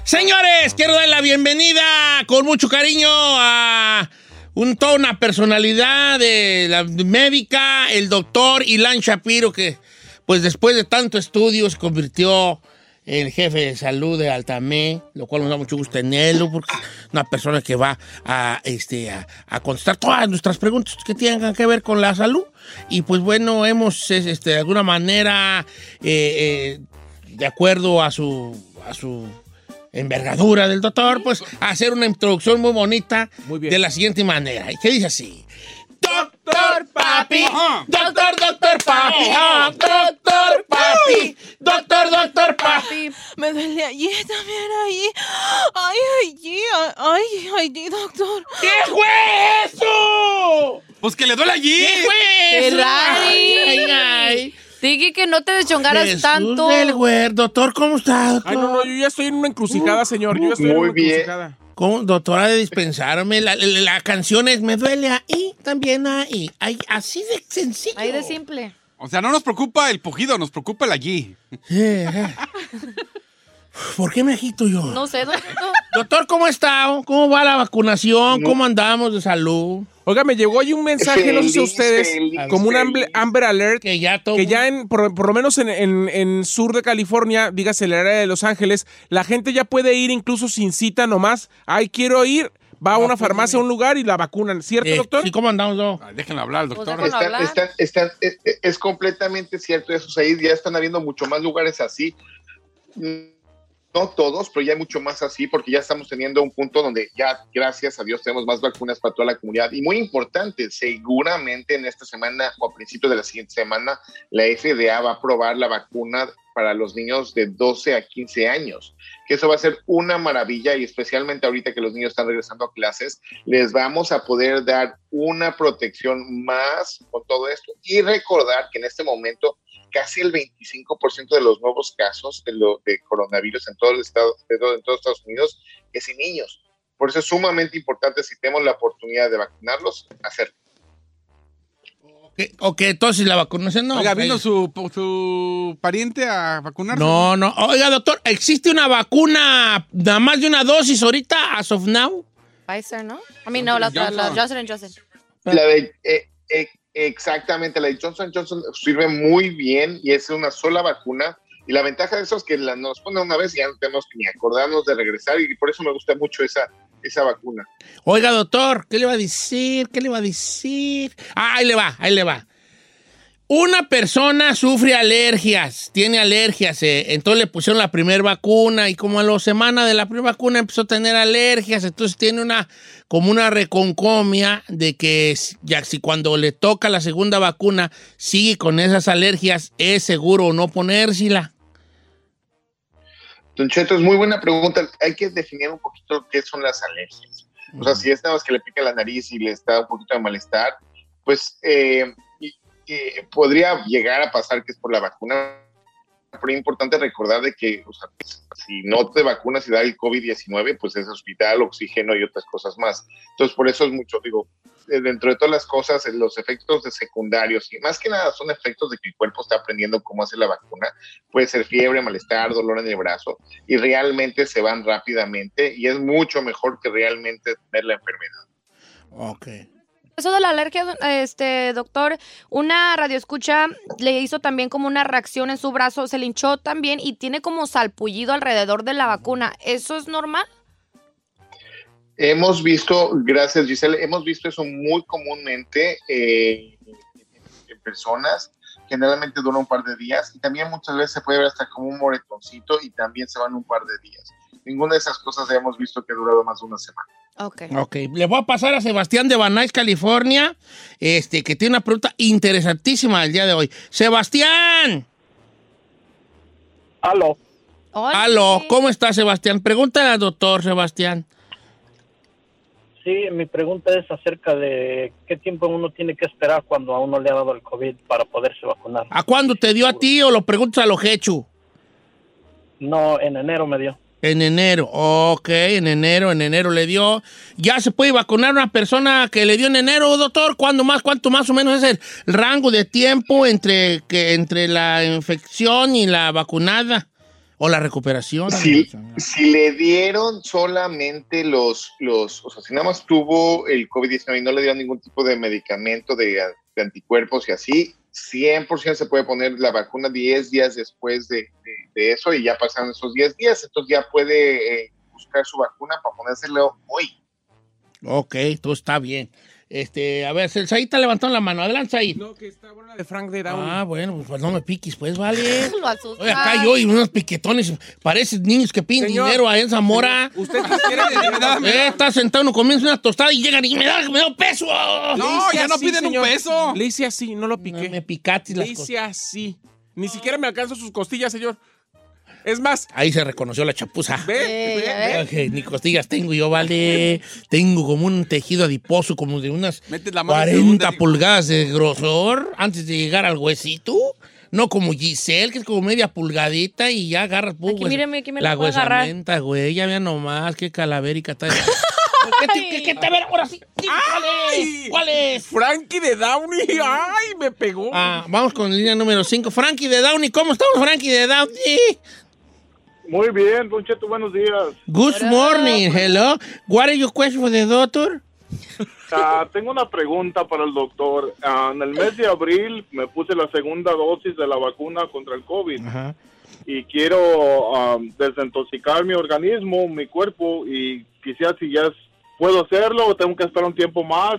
[SPEAKER 1] Señores, quiero dar la bienvenida con mucho cariño a un, toda una personalidad de la médica, el doctor Ilan Shapiro, que pues después de tanto estudio se convirtió en jefe de salud de Altamé, lo cual nos da mucho gusto tenerlo, porque es una persona que va a, este, a, a contestar todas nuestras preguntas que tengan que ver con la salud. Y pues bueno, hemos es- este, de alguna manera, eh, eh, de acuerdo a su, a su envergadura del doctor, pues hacer una introducción muy bonita
[SPEAKER 3] Muy bien.
[SPEAKER 1] de la siguiente manera. ¿Y qué dice así? Doctor Papi, doctor, doctor Papi, ah, doctor Papi, doctor, doctor Papi,
[SPEAKER 2] allí.
[SPEAKER 9] Me duele allí, también allí. Ay, allí, ay, allí, doctor.
[SPEAKER 1] ¿Qué fue eso?
[SPEAKER 4] Pues que le duele allí.
[SPEAKER 1] ¿Qué fue eso?
[SPEAKER 2] Ferrari.
[SPEAKER 1] Ay, ay, ay.
[SPEAKER 2] Dije que no te deschongaras
[SPEAKER 1] Jesús
[SPEAKER 2] tanto.
[SPEAKER 1] del güer- doctor, ¿cómo está? doctor?
[SPEAKER 3] Ay, no, no, yo ya estoy en una encrucijada, señor. Yo ya estoy en
[SPEAKER 1] Muy
[SPEAKER 3] una
[SPEAKER 1] bien.
[SPEAKER 3] encrucijada.
[SPEAKER 1] ¿Cómo, doctora, de dispensarme? La, la- la canción es Me duele ahí, también ahí. Ay, así de sencillo.
[SPEAKER 2] Ahí de simple.
[SPEAKER 4] O sea, no nos preocupa el pujido, nos preocupa el allí.
[SPEAKER 1] Eh, ¿Por qué me agito yo?
[SPEAKER 2] No sé, don Cheto.
[SPEAKER 1] Doctor, ¿cómo está? ¿Cómo va la vacunación? ¿Cómo andamos de salud?
[SPEAKER 3] Oiga, me llegó ahí un mensaje, no sé si a
[SPEAKER 1] Feliz,
[SPEAKER 3] ustedes,
[SPEAKER 1] feliz,
[SPEAKER 3] como un Amber, Amber Alert,
[SPEAKER 1] que ya,
[SPEAKER 3] que ya en, por, por lo menos en, en- en sur de California, dígase el área de Los Ángeles, la gente ya puede ir incluso sin cita nomás. Ay, quiero ir, va a una farmacia, a un lugar y la vacunan, ¿cierto, doctor? Sí,
[SPEAKER 1] Eh, ¿cómo andamos, no?
[SPEAKER 4] Déjenlo hablar,
[SPEAKER 3] Pues
[SPEAKER 4] doctor.
[SPEAKER 3] déjenlo
[SPEAKER 10] Está- está- está- es, es completamente cierto eso, Said. Ya están habiendo mucho más lugares así. Mm, No todos, pero ya hay mucho más así, porque ya estamos teniendo un punto donde ya, gracias a Dios, tenemos más vacunas para toda la comunidad. Y muy importante, seguramente en esta semana o a principios de la siguiente semana, la FDA va a aprobar la vacuna para los niños de 12 a 15 años, que eso va a ser una maravilla y especialmente ahorita que los niños están regresando a clases, les vamos a poder dar una protección más con todo esto y recordar que en este momento casi el 25% de los nuevos casos de, lo- de coronavirus en todo el estado, de todo- en todos Estados Unidos es en niños. Por eso es sumamente importante si tenemos la oportunidad de vacunarlos, hacerlo.
[SPEAKER 1] ¿Qué- ¿O que entonces la vacunación no? pues,
[SPEAKER 4] Oiga, vino
[SPEAKER 1] Ay.
[SPEAKER 4] su, su pariente a vacunarse.
[SPEAKER 1] No, no. Oiga, doctor, ¿existe una vacuna nada más de una dosis ahorita, as of now?
[SPEAKER 2] Pfizer, ¿no? A mí no, la, la, la Johnson Johnson.
[SPEAKER 10] La de, eh, eh, exactamente, la de Johnson Johnson sirve muy bien y es una sola vacuna. Y la ventaja de eso es que la nos ponen una vez y ya no tenemos que ni acordarnos de regresar y por eso me gusta mucho esa, esa vacuna.
[SPEAKER 1] Oiga, doctor, ¿qué le va a decir? ¿Qué le va a decir? Ah, ahí le va, ahí le va. Una persona sufre alergias, tiene alergias, eh, entonces le pusieron la primera vacuna y como a la semana de la primera vacuna empezó a tener alergias, entonces tiene una como una reconcomia de que s- ya si cuando le toca la segunda vacuna sigue con esas alergias, es seguro no ponérsela.
[SPEAKER 10] Don Cheto, es muy buena pregunta. Hay que definir un poquito qué son las alergias. O sea, si es nada más que le pica la nariz y le está un poquito de malestar, pues eh, y- y podría llegar a pasar que es por la vacuna. Pero es importante recordar de que o sea, si no te vacunas y da el COVID-19, pues es hospital, oxígeno y otras cosas más. Entonces, por eso es mucho, digo, eh, dentro de todas las cosas, eh, los efectos de secundarios, y más que nada son efectos de que el cuerpo está aprendiendo cómo hace la vacuna, puede ser fiebre, malestar, dolor en el brazo, y realmente se van rápidamente y es mucho mejor que realmente tener la enfermedad.
[SPEAKER 1] Ok.
[SPEAKER 2] Eso de la alergia, do- este doctor, una radioescucha le hizo también como una reacción en su brazo, se le hinchó también y tiene como salpullido alrededor de la vacuna. ¿Eso es normal?
[SPEAKER 10] Hemos visto, gracias Giselle, hemos visto eso muy comúnmente eh, en personas, generalmente dura un par de días y también muchas veces se puede ver hasta como un moretoncito y también se van un par de días. Ninguna de esas cosas hemos visto que ha durado más de una semana.
[SPEAKER 2] Ok.
[SPEAKER 1] Ok, le voy a pasar a Sebastián de Banais, California, este, que tiene una pregunta interesantísima el día de hoy. Sebastián.
[SPEAKER 11] Aló.
[SPEAKER 1] Aló, ¿cómo está Sebastián? Pregúntale al doctor Sebastián.
[SPEAKER 11] Sí, mi pregunta es acerca de qué tiempo uno tiene que esperar cuando a uno le ha dado el COVID para poderse vacunar.
[SPEAKER 2] Ah.
[SPEAKER 1] ¿A cuándo te dio a ti o lo preguntas a los hechu?
[SPEAKER 11] No, en enero me dio.
[SPEAKER 1] En enero, ok, en enero, en enero le dio. ¿Ya se puede vacunar una persona que le dio en enero, doctor? ¿Cuándo más, cuánto más o menos es el rango de tiempo entre, que, entre la infección y la vacunada? ¿O la recuperación?
[SPEAKER 10] Sí. Si le dieron solamente los, los, o sea, si nada más tuvo el COVID-19 y no le dieron ningún tipo de medicamento de, a- de anticuerpos y así, 100% se puede poner la vacuna 10 días después de, de- de eso y ya pasaron esos 10 días, entonces ya puede eh, buscar su vacuna para ponérselo hoy.
[SPEAKER 1] Ok, todo está bien. Este, a ver, el Said está levantando la mano. Adelante, Said.
[SPEAKER 3] No, que está buena la de Frank de Down.
[SPEAKER 1] Ah, bueno, pues, pues no me piques, pues vale.
[SPEAKER 2] Lo asusta.
[SPEAKER 1] Oye, acá yo y unos piquetones. Parecen niños que piden
[SPEAKER 3] Señor,
[SPEAKER 1] dinero ahí en Zamora.
[SPEAKER 3] Eh, Usted quisiera que le damos-
[SPEAKER 1] Eh, está sentado, uno comienza una tostada y llegan y me da, me da un peso.
[SPEAKER 3] Le hice así, señor. Le hice así, no lo piqué.
[SPEAKER 1] me picaste
[SPEAKER 3] Le
[SPEAKER 1] las
[SPEAKER 3] hice así. Ni siquiera me alcanzo sus costillas, señor. Es más.
[SPEAKER 1] Ahí se reconoció la chapuza.
[SPEAKER 2] Ey, Eh,
[SPEAKER 3] ¿Eh?
[SPEAKER 2] a ver.
[SPEAKER 1] Ok, ni costillas tengo yo, vale. Tengo como un tejido adiposo, como de unas
[SPEAKER 4] Metes la mano y te
[SPEAKER 1] 40
[SPEAKER 4] hunde,
[SPEAKER 1] pulgadas de grosor antes de llegar al huesito. No como Giselle, que es como media pulgadita y ya agarras. pum,
[SPEAKER 2] Aquí,
[SPEAKER 1] hues-
[SPEAKER 2] mírame, aquí me
[SPEAKER 1] la
[SPEAKER 2] la puedo agarrar.
[SPEAKER 1] huesamenta, güey. Ya vean nomás, qué calavérica está. ¿Qué te, qué- qué te- a ver, ahora sí? sí, ¿Cuál es? ¿Cuál es?
[SPEAKER 3] Frankie de Downey. ¡Ay, me pegó!
[SPEAKER 1] Ah, vamos con línea número 5. Frankie de Downey. ¿Cómo estamos, Frankie de Downey?
[SPEAKER 12] Muy bien, Don Cheto, buenos días.
[SPEAKER 1] Good morning, hello. What is your question for the doctor?
[SPEAKER 12] Ah, tengo una pregunta para el doctor. Ah, en el mes de abril me puse la segunda dosis de la vacuna contra el COVID y quiero ah, desintoxicar mi organismo, mi cuerpo y quisiera si ya es- puedo hacerlo o tengo que esperar un tiempo más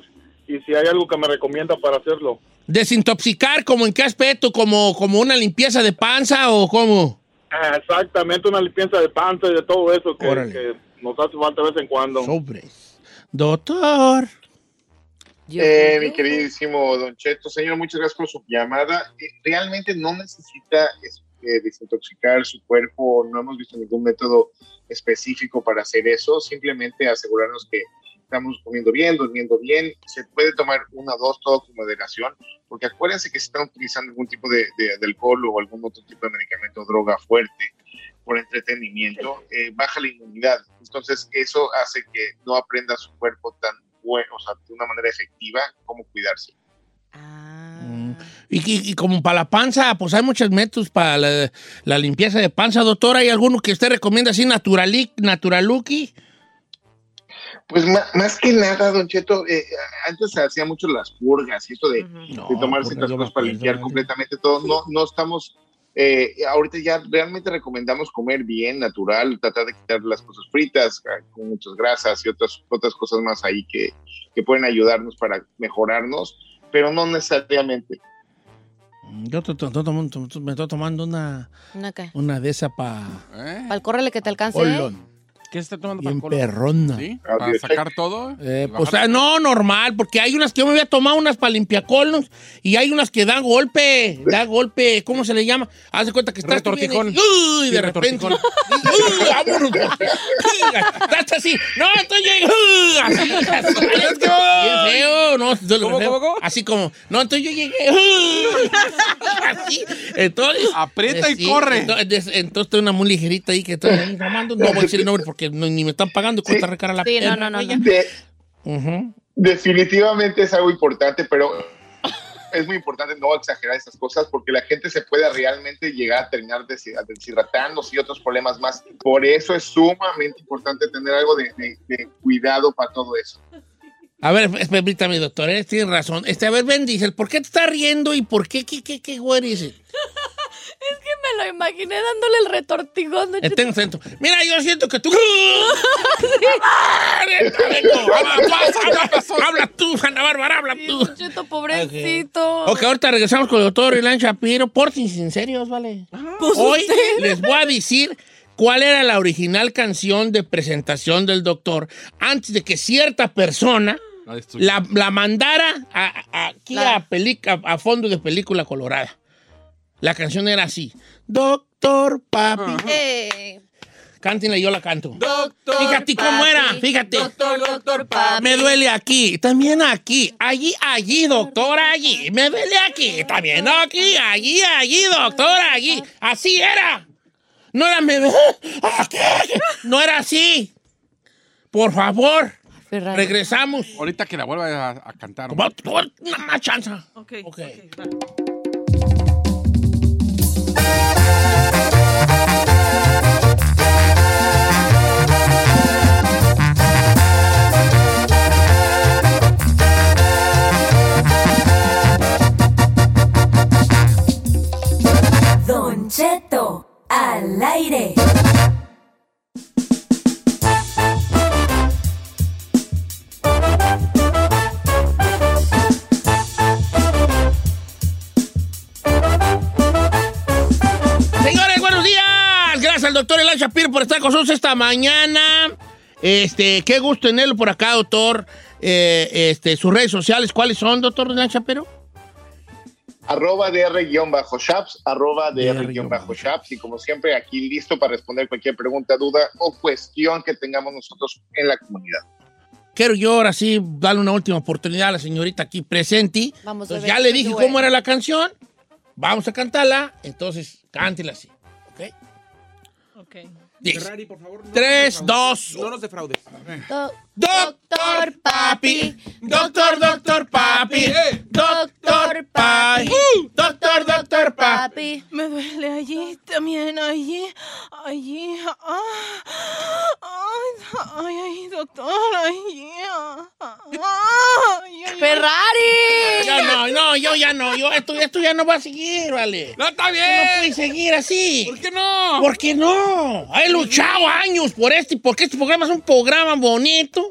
[SPEAKER 12] y si hay algo que me recomienda para hacerlo.
[SPEAKER 1] ¿Desintoxicar como en qué aspecto? ¿Como, como una limpieza de panza o cómo?
[SPEAKER 12] Ah, Exactamente, una limpieza de panza y de todo eso que, que nos hace falta de vez en cuando.
[SPEAKER 1] Doctor.
[SPEAKER 10] Eh, mi queridísimo Don Cheto, señor, muchas gracias por su llamada. Eh, Realmente no necesita es- eh, desintoxicar su cuerpo, no hemos visto ningún método específico para hacer eso, simplemente asegurarnos que estamos comiendo bien, durmiendo bien, se puede tomar una o dos, todo con moderación, porque acuérdense que si están utilizando algún tipo de, de- de alcohol o algún otro tipo de medicamento, droga fuerte, por entretenimiento, eh, baja la inmunidad. Entonces, eso hace que no aprenda su cuerpo tan bueno, o sea, de una manera efectiva, cómo cuidarse.
[SPEAKER 2] Ah,
[SPEAKER 1] Y, y- y como para la panza, pues hay muchos métodos para la, la limpieza de panza, doctor. ¿Hay alguno que usted recomienda así, naturalic, naturaluki?
[SPEAKER 10] Pues ma- más, que nada, Don Cheto, eh, antes se hacía mucho las purgas y esto
[SPEAKER 2] Mm.
[SPEAKER 10] de, de tomar
[SPEAKER 1] pues,
[SPEAKER 10] ciertas cosas para limpiar completamente todo. No, no estamos, eh, ahorita ya realmente recomendamos comer bien, natural, tratar de quitar las cosas fritas ah, con muchas grasas y otras, otras cosas más ahí que, que pueden ayudarnos para mejorarnos, pero no necesariamente.
[SPEAKER 1] Yo to- to- to- tomo- to- to- me estoy tomando una,
[SPEAKER 2] ¿Una qué?
[SPEAKER 1] una de esas para
[SPEAKER 2] Pal, córrele que te alcance. ¿eh?
[SPEAKER 1] colon.
[SPEAKER 3] ¿Qué está tomando
[SPEAKER 1] Bien
[SPEAKER 3] Pacola?
[SPEAKER 1] perrona.
[SPEAKER 3] ¿Sí?
[SPEAKER 4] ¿Para sacar todo?
[SPEAKER 1] Eh, pues ah, no, normal, porque hay unas que yo me había tomado unas para limpiacolons y hay unas que dan golpe, da golpe, ¿cómo se le llama? Haz de cuenta que estás tú bien
[SPEAKER 3] Retortijón.
[SPEAKER 1] y- uy, de
[SPEAKER 3] Sí,
[SPEAKER 1] repente.
[SPEAKER 3] retortijón.
[SPEAKER 1] uy, vámonos. Estás así, no, estoy llegando. Así, así. Bien feo, no, yo lo feo. Así como, no, entonces yo llegué. uy, Así. Entonces. eh,
[SPEAKER 4] Aprieta y
[SPEAKER 1] Pues sí,
[SPEAKER 4] corre.
[SPEAKER 1] Entonces, entonces tengo una muy ligerita ahí que estoy ahí mamando. No voy a decir el nombre porque no- ni me están pagando. Cuesta recara la
[SPEAKER 2] Sí, no,
[SPEAKER 1] perra,
[SPEAKER 2] no, no, no.
[SPEAKER 1] oiga.
[SPEAKER 10] De-
[SPEAKER 1] Ujú.
[SPEAKER 10] Definitivamente es algo importante, pero es muy importante no exagerar esas cosas porque la gente se puede realmente llegar a terminar deshi- deshidratándose y otros problemas más. Por eso es sumamente importante tener algo de, de- de cuidado para todo eso.
[SPEAKER 1] A ver, es- permítame, doctor, eh, tienes razón. Este, a ver, Ben Diesel, ¿por qué te estás riendo y por qué, qué, qué, qué, what is it?
[SPEAKER 2] Es que me lo imaginé dándole el retortigón.
[SPEAKER 1] Eh, tengo acento. Mira, yo siento que tú... ¡Ah, Habla tú, habla tú, habla tú, Santa Bárbara, habla tú.
[SPEAKER 2] Cheto, pobrecito.
[SPEAKER 1] Ok, ahorita regresamos con el doctor Ilan Shapiro. Por si sinceros, ¿vale?
[SPEAKER 2] Pues
[SPEAKER 1] Hoy
[SPEAKER 2] usted.
[SPEAKER 1] les voy a decir cuál era la original canción de presentación del doctor antes de que cierta persona la, la mandara a- a- aquí a, pelic- a- a fondo de película colorada. La canción era así. Doctor Papi.
[SPEAKER 2] eh,
[SPEAKER 1] Cántenla y yo la canto.
[SPEAKER 3] Ah. Doctor
[SPEAKER 1] Fíjate cómo
[SPEAKER 3] Papi,
[SPEAKER 1] era, fíjate.
[SPEAKER 3] Doctor, doctor, papi.
[SPEAKER 1] Me duele aquí, también aquí, allí, allí, doctor, allí. Me duele aquí, también aquí, allí, allí, doctor, allí. Así era. No era me aquí, No era así. Por favor. Regresamos.
[SPEAKER 4] Ahorita que la vuelva a, a cantar.
[SPEAKER 1] Una más chanza.
[SPEAKER 13] Don Cheto al aire.
[SPEAKER 1] Señores, buenos días. Gracias al doctor Elan Shapiro por estar con nosotros esta mañana. Este, qué gusto tenerlo por acá, doctor. Eh, este, sus redes sociales, ¿cuáles son, doctor Elan Shapiro?
[SPEAKER 10] arroba dr-shaps, arroba dr-shaps y como siempre aquí listo para responder cualquier pregunta, duda o cuestión que tengamos nosotros en la comunidad.
[SPEAKER 1] Quiero yo ahora sí darle una última oportunidad a la señorita aquí presente.
[SPEAKER 2] Vamos a
[SPEAKER 1] Entonces,
[SPEAKER 2] ver
[SPEAKER 1] ya le
[SPEAKER 2] qué
[SPEAKER 1] dije
[SPEAKER 2] duele.
[SPEAKER 1] cómo era la canción. Vamos a cantarla. Entonces, cántela así.
[SPEAKER 5] Ok.
[SPEAKER 1] Dice,
[SPEAKER 3] Ferrari, por favor. no
[SPEAKER 1] Tres,
[SPEAKER 3] nos
[SPEAKER 1] dos.
[SPEAKER 3] defraudes. No nos defraudes.
[SPEAKER 1] Doctor Papi, Doctor Doctor Papi, Doctor Papi, Doctor Doctor Papi.
[SPEAKER 9] Me duele allí, también allí, allí. ah, ay, ay, ay, doctor, allí. ah, ay, ay,
[SPEAKER 2] ¡Ferrari!
[SPEAKER 1] Yo no, no, yo ya no, yo esto, esto ya no va a seguir, vale. No está bien. No puede seguir así. ¿Por qué no? ¿Por qué no? He luchado años por este, porque este programa es un programa bonito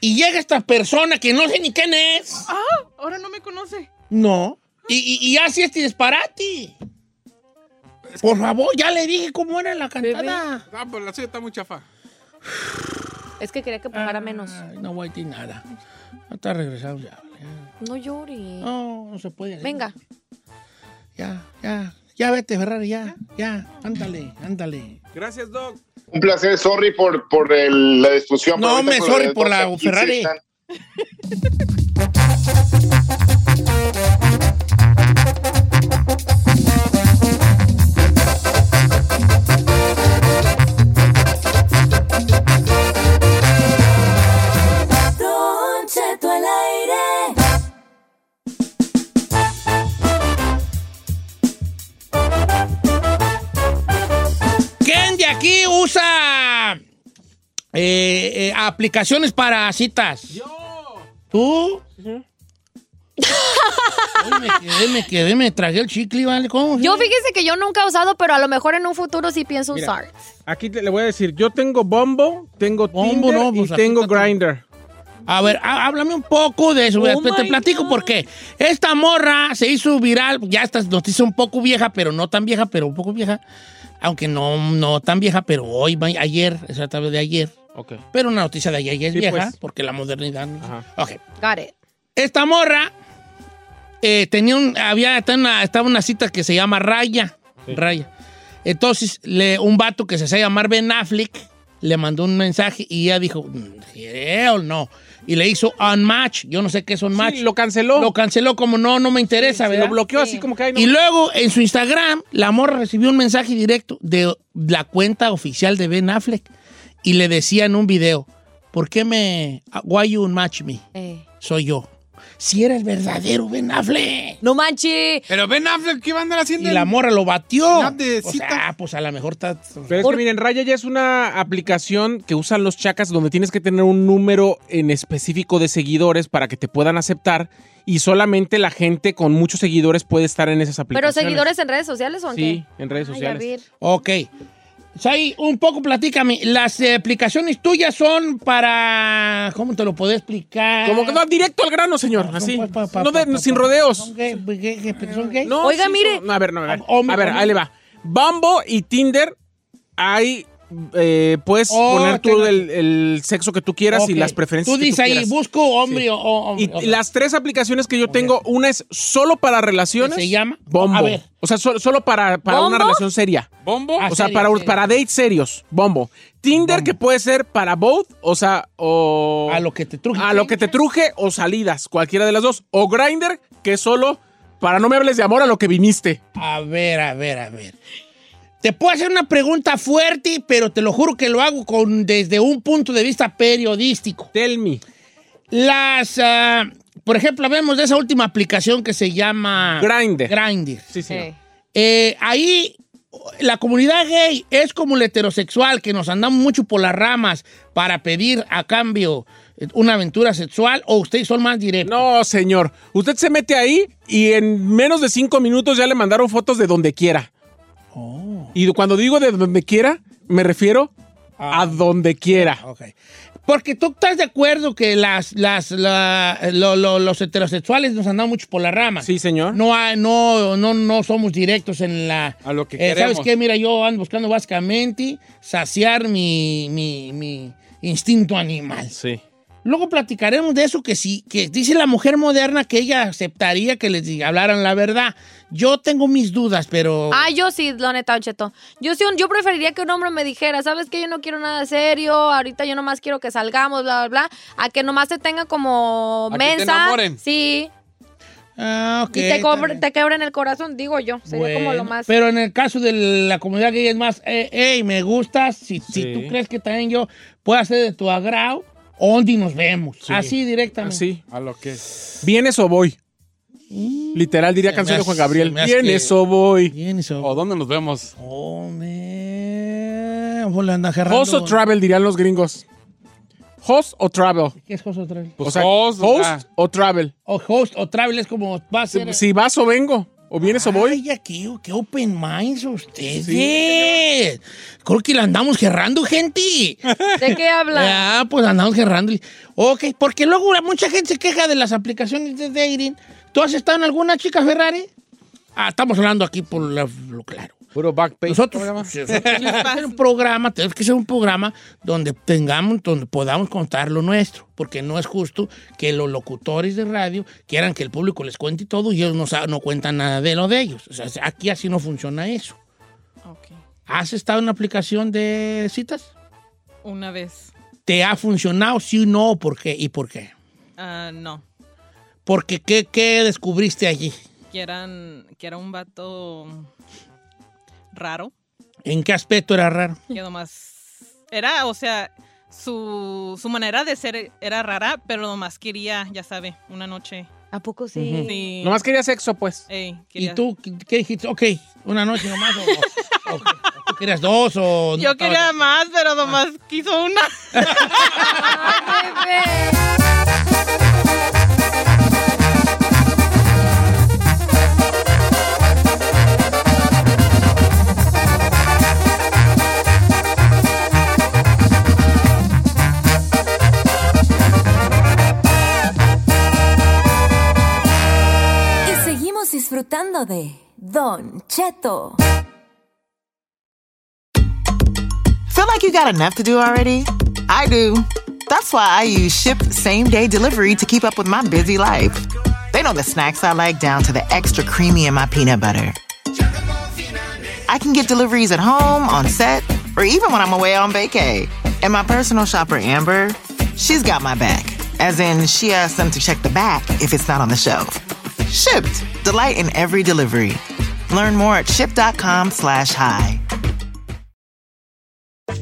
[SPEAKER 1] y llega esta persona que no sé ni quién es.
[SPEAKER 5] Ah, ahora no me conoce.
[SPEAKER 1] No. Y, y, y hace este disparate. Por favor, ya le dije cómo era la cantada.
[SPEAKER 4] Ah, pues la suya está muy chafa.
[SPEAKER 2] Es que quería que
[SPEAKER 3] Ah.
[SPEAKER 2] pagara menos.
[SPEAKER 1] Ay, no voy a decir nada. Hasta regresamos ya.
[SPEAKER 2] No llores.
[SPEAKER 3] Ah.
[SPEAKER 1] No, no se puede. hacer.
[SPEAKER 2] Venga.
[SPEAKER 1] Ya, ya. Ya vete, Ferrari, ya, ya. Ándale, ándale.
[SPEAKER 3] Gracias, Doc.
[SPEAKER 10] Un placer, sorry por, por el- la destrucción.
[SPEAKER 1] No,
[SPEAKER 10] pero ahorita
[SPEAKER 1] me
[SPEAKER 10] lo
[SPEAKER 1] sorry
[SPEAKER 10] de
[SPEAKER 1] por la
[SPEAKER 10] 12,
[SPEAKER 1] Ferrari.
[SPEAKER 10] están-
[SPEAKER 13] Don Cheto al aire.
[SPEAKER 1] ¿Quién de aquí usa eh, eh, aplicaciones para citas? Yo. ¿Tú? Ay, me quedé, me quedé, me tragué el chicle, ¿vale? ¿Cómo?
[SPEAKER 2] Yo fíjese que yo nunca he usado, pero a lo mejor en un futuro sí pienso
[SPEAKER 3] Mira.
[SPEAKER 2] usar.
[SPEAKER 3] Aquí te- le voy a decir, yo tengo Bombo, tengo
[SPEAKER 1] Bumble,
[SPEAKER 3] Tinder
[SPEAKER 1] no, pues,
[SPEAKER 3] y tengo
[SPEAKER 1] aplica tu-
[SPEAKER 3] Grinder.
[SPEAKER 1] A ver, há- háblame un poco de eso.
[SPEAKER 3] Oh
[SPEAKER 1] te te
[SPEAKER 3] my
[SPEAKER 1] platico por qué. Esta morra se hizo viral, ya esta noticia un poco vieja, pero no tan vieja, pero un poco vieja. Aunque no, no tan vieja, pero hoy, ma- ayer, esa tarde de ayer.
[SPEAKER 3] Ok.
[SPEAKER 1] Pero una noticia de ayer ya es
[SPEAKER 3] Sí,
[SPEAKER 1] vieja,
[SPEAKER 3] pues.
[SPEAKER 1] porque la modernidad. no- Ok.
[SPEAKER 2] Got it.
[SPEAKER 1] Esta morra eh, tenía un, había, estaba una, estaba una cita que se llama Raya. Raya. Entonces, le, un vato que se hacía llamar Ben Affleck le mandó un mensaje y ella dijo, "Mm, hell no. Y le hizo unmatch. Yo no sé qué es unmatch.
[SPEAKER 3] lo canceló.
[SPEAKER 1] Lo canceló como no, no me interesa, ¿verdad?
[SPEAKER 3] Lo bloqueó así como que... ay, no-
[SPEAKER 1] Y luego en su Instagram, la morra recibió un mensaje directo de la cuenta oficial de Ben Affleck y le decía en un video, ¿por qué me... Why you unmatch me?
[SPEAKER 2] Eh.
[SPEAKER 1] Soy yo. Si eres verdadero Ben Affleck.
[SPEAKER 2] No manches.
[SPEAKER 4] Pero Ben Affleck, ¿qué va a andar haciendo?
[SPEAKER 1] Y la
[SPEAKER 4] en-
[SPEAKER 1] morra lo batió.
[SPEAKER 4] en app de
[SPEAKER 1] O
[SPEAKER 4] citas?
[SPEAKER 1] sea, pues a lo mejor está...
[SPEAKER 3] Pero es que miren, Raya ya es una aplicación que usan los chacas donde tienes que tener un número en específico de seguidores para que te puedan aceptar y solamente la gente con muchos seguidores puede estar en esas
[SPEAKER 2] ¿Pero
[SPEAKER 3] aplicaciones.
[SPEAKER 2] seguidores en redes sociales o en
[SPEAKER 3] Sí,
[SPEAKER 2] qué?
[SPEAKER 3] en redes
[SPEAKER 2] Ay,
[SPEAKER 3] sociales.
[SPEAKER 2] a ver.
[SPEAKER 1] Ok. Sai, un poco platícame. Las eh, aplicaciones tuyas son para... ¿Cómo te lo puedo explicar? pues,
[SPEAKER 3] Como que no, directo al grano, señor. Así. No de- sin
[SPEAKER 1] ¿Son
[SPEAKER 3] rodeos.
[SPEAKER 1] gay? ¿Qué- qué- qué- son gay?
[SPEAKER 3] No,
[SPEAKER 2] Oiga,
[SPEAKER 3] sí,
[SPEAKER 2] mire.
[SPEAKER 3] son- no, a ver, no, a ver.
[SPEAKER 1] Ah, Hombre,
[SPEAKER 3] A ver,
[SPEAKER 1] hombre.
[SPEAKER 3] ahí le va. Bumble y Tinder, ahí eh, puedes
[SPEAKER 1] Oh,
[SPEAKER 3] poner tú
[SPEAKER 1] tengo-
[SPEAKER 3] el, el sexo que tú quieras y
[SPEAKER 1] Ok.
[SPEAKER 3] las preferencias
[SPEAKER 1] Tú
[SPEAKER 3] que tú
[SPEAKER 1] dices ahí,
[SPEAKER 3] quieras.
[SPEAKER 1] busco hombre
[SPEAKER 3] Sí.
[SPEAKER 1] o, o- hombre.
[SPEAKER 3] Y
[SPEAKER 1] Ok.
[SPEAKER 3] las tres aplicaciones que yo tengo, una es solo para relaciones.
[SPEAKER 1] ¿Se llama?
[SPEAKER 3] Bombo.
[SPEAKER 1] A ver.
[SPEAKER 3] O sea, solo, solo para, para una
[SPEAKER 2] ¿Bombo?
[SPEAKER 3] relación seria.
[SPEAKER 4] ¿Bombo?
[SPEAKER 1] Ah,
[SPEAKER 3] o sea,
[SPEAKER 1] seria,
[SPEAKER 3] para,
[SPEAKER 1] seria.
[SPEAKER 3] para dates serios. Bombo. Tinder, que puede ser para both, o sea, o.
[SPEAKER 1] A lo que te truje.
[SPEAKER 3] a lo que te truje o salidas, cualquiera de las dos. O Grinder, que es solo para no me hables de amor a lo que viniste.
[SPEAKER 1] A ver, a ver, a ver. Te puedo hacer una pregunta fuerte, pero te lo juro que lo hago con, desde un punto de vista periodístico.
[SPEAKER 3] Tell me.
[SPEAKER 1] Las, ah, por ejemplo, vemos de esa última aplicación que se llama
[SPEAKER 3] Ah. Grindr.
[SPEAKER 1] Grindr.
[SPEAKER 3] Sí, sí.
[SPEAKER 2] Eh.
[SPEAKER 1] Eh, ahí la comunidad gay es como el heterosexual que nos andamos mucho por las ramas para pedir a cambio eh, una aventura sexual o ustedes son más directos.
[SPEAKER 3] No, señor. Usted se mete ahí y en menos de cinco minutos ya le mandaron fotos de donde quiera.
[SPEAKER 1] Oh.
[SPEAKER 3] Y cuando digo de donde quiera, me refiero
[SPEAKER 1] Ah.
[SPEAKER 3] a donde quiera.
[SPEAKER 1] Ok. Porque tú estás de acuerdo que las, las, la- lo- lo- los heterosexuales nos andamos mucho por la rama.
[SPEAKER 3] Sí, señor.
[SPEAKER 1] Ah. No, hay- no, no, no somos directos en la...
[SPEAKER 4] A lo que
[SPEAKER 1] Eh, ¿Sabes
[SPEAKER 4] queremos.
[SPEAKER 1] qué? Mira, yo ando buscando básicamente saciar mi, mi, mi instinto animal.
[SPEAKER 3] Sí.
[SPEAKER 1] Luego platicaremos de eso que sí, que dice la mujer moderna que ella aceptaría que les diga- hablaran la verdad. Yo tengo mis dudas, pero...
[SPEAKER 2] Ah, yo sí, la neta, Don Cheto. Yo sí, yo preferiría que un hombre me dijera, ¿sabes qué? Yo no quiero nada serio, ahorita yo nomás quiero que salgamos, bla, bla, bla. A que nomás te tenga como
[SPEAKER 1] A que te
[SPEAKER 2] mensa.
[SPEAKER 1] enamoren.
[SPEAKER 2] Sí.
[SPEAKER 1] Ah, ok,
[SPEAKER 2] y te,
[SPEAKER 1] está
[SPEAKER 2] cobre-
[SPEAKER 1] bien.
[SPEAKER 2] te quebren el corazón, digo yo. pues, Sería como lo
[SPEAKER 1] Bueno,
[SPEAKER 2] más.
[SPEAKER 1] Pero en el caso de la comunidad gay es más, eh, hey, me gustas, si, si tú crees que también yo pueda ser de tu agrado, ¿dónde nos vemos? Así directamente.
[SPEAKER 3] Así.
[SPEAKER 4] A lo que
[SPEAKER 3] Ah, ¿Vienes o voy? Literal diría
[SPEAKER 1] Mm. Se me
[SPEAKER 3] canción de
[SPEAKER 1] hace-
[SPEAKER 3] Juan Gabriel.
[SPEAKER 1] se me hace
[SPEAKER 3] ¿Vienes
[SPEAKER 1] que-
[SPEAKER 3] o voy?
[SPEAKER 1] ¿Vienes o
[SPEAKER 3] Oh.
[SPEAKER 4] ¿O dónde nos vemos?
[SPEAKER 3] ¿Host o travel dirían los gringos? ¿Host o travel?
[SPEAKER 1] ¿Qué es host o travel?
[SPEAKER 4] Pues
[SPEAKER 3] o sea, host, o travel.
[SPEAKER 1] O host o travel es como va a ser.
[SPEAKER 3] Si vas o vengo, o vienes o pues, voy.
[SPEAKER 1] Ay, aquí, qué open minds ustedes. Creo que la andamos gerrando, gente.
[SPEAKER 2] ¿De qué habla?
[SPEAKER 1] Ah, pues andamos gerrando. Ok, porque luego mucha gente se queja de las aplicaciones de dating. ¿Tú has estado en alguna chica Ferrari? Ah, estamos hablando aquí por la- lo claro.
[SPEAKER 4] Puro backpage.
[SPEAKER 1] Nosotros, sí, nosotros tenemos que hacer un programa, tenemos que ser un programa donde tengamos, donde podamos contar lo nuestro, porque no es justo que los locutores de radio quieran que el público les cuente todo y ellos no, sa- no cuentan nada de lo de ellos. O sea, aquí así no funciona eso. ¿Has estado en una aplicación de citas?
[SPEAKER 5] Una vez.
[SPEAKER 1] ¿Te ha funcionado? Sí o no, ¿por qué? ¿Y por qué?
[SPEAKER 5] Ah, no.
[SPEAKER 1] Porque ¿qué, qué descubriste allí?
[SPEAKER 5] Que, eran, que era un vato raro.
[SPEAKER 1] ¿En qué aspecto era raro?
[SPEAKER 5] Que nomás. Era, o sea, su, su manera de ser era rara, pero nomás quería, ya sabe, una noche.
[SPEAKER 2] ¿A poco sí?
[SPEAKER 1] Ujú.
[SPEAKER 5] Sí.
[SPEAKER 3] Nomás quería sexo, pues.
[SPEAKER 5] Ey,
[SPEAKER 1] ¿Y
[SPEAKER 5] quería-
[SPEAKER 1] tú qué- qué dijiste? Ok, una noche nomás. O, o- o- ¿Tú querías dos o...?
[SPEAKER 5] Yo
[SPEAKER 1] no,
[SPEAKER 5] quería más, pero nomás Ah, quiso una.
[SPEAKER 13] Y seguimos disfrutando de Don Cheto.
[SPEAKER 14] Feel like you got enough to do already? I do. That's why I use Ship Same Day Delivery to keep up with my busy life. They know the snacks I like down to the extra creamy in my peanut butter. I can get deliveries at home, on set, or even when I'm away on vacay. And my personal shopper, Amber, she's got my back. As in, she asks them to check the back if it's not on the shelf. Shipped. Delight in every delivery. Learn more at ship.com slash high.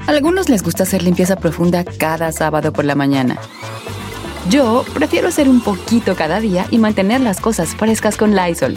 [SPEAKER 8] Algunos les gusta hacer limpieza profunda cada sábado por la mañana. Yo prefiero hacer un poquito cada día y mantener las cosas frescas con Lysol.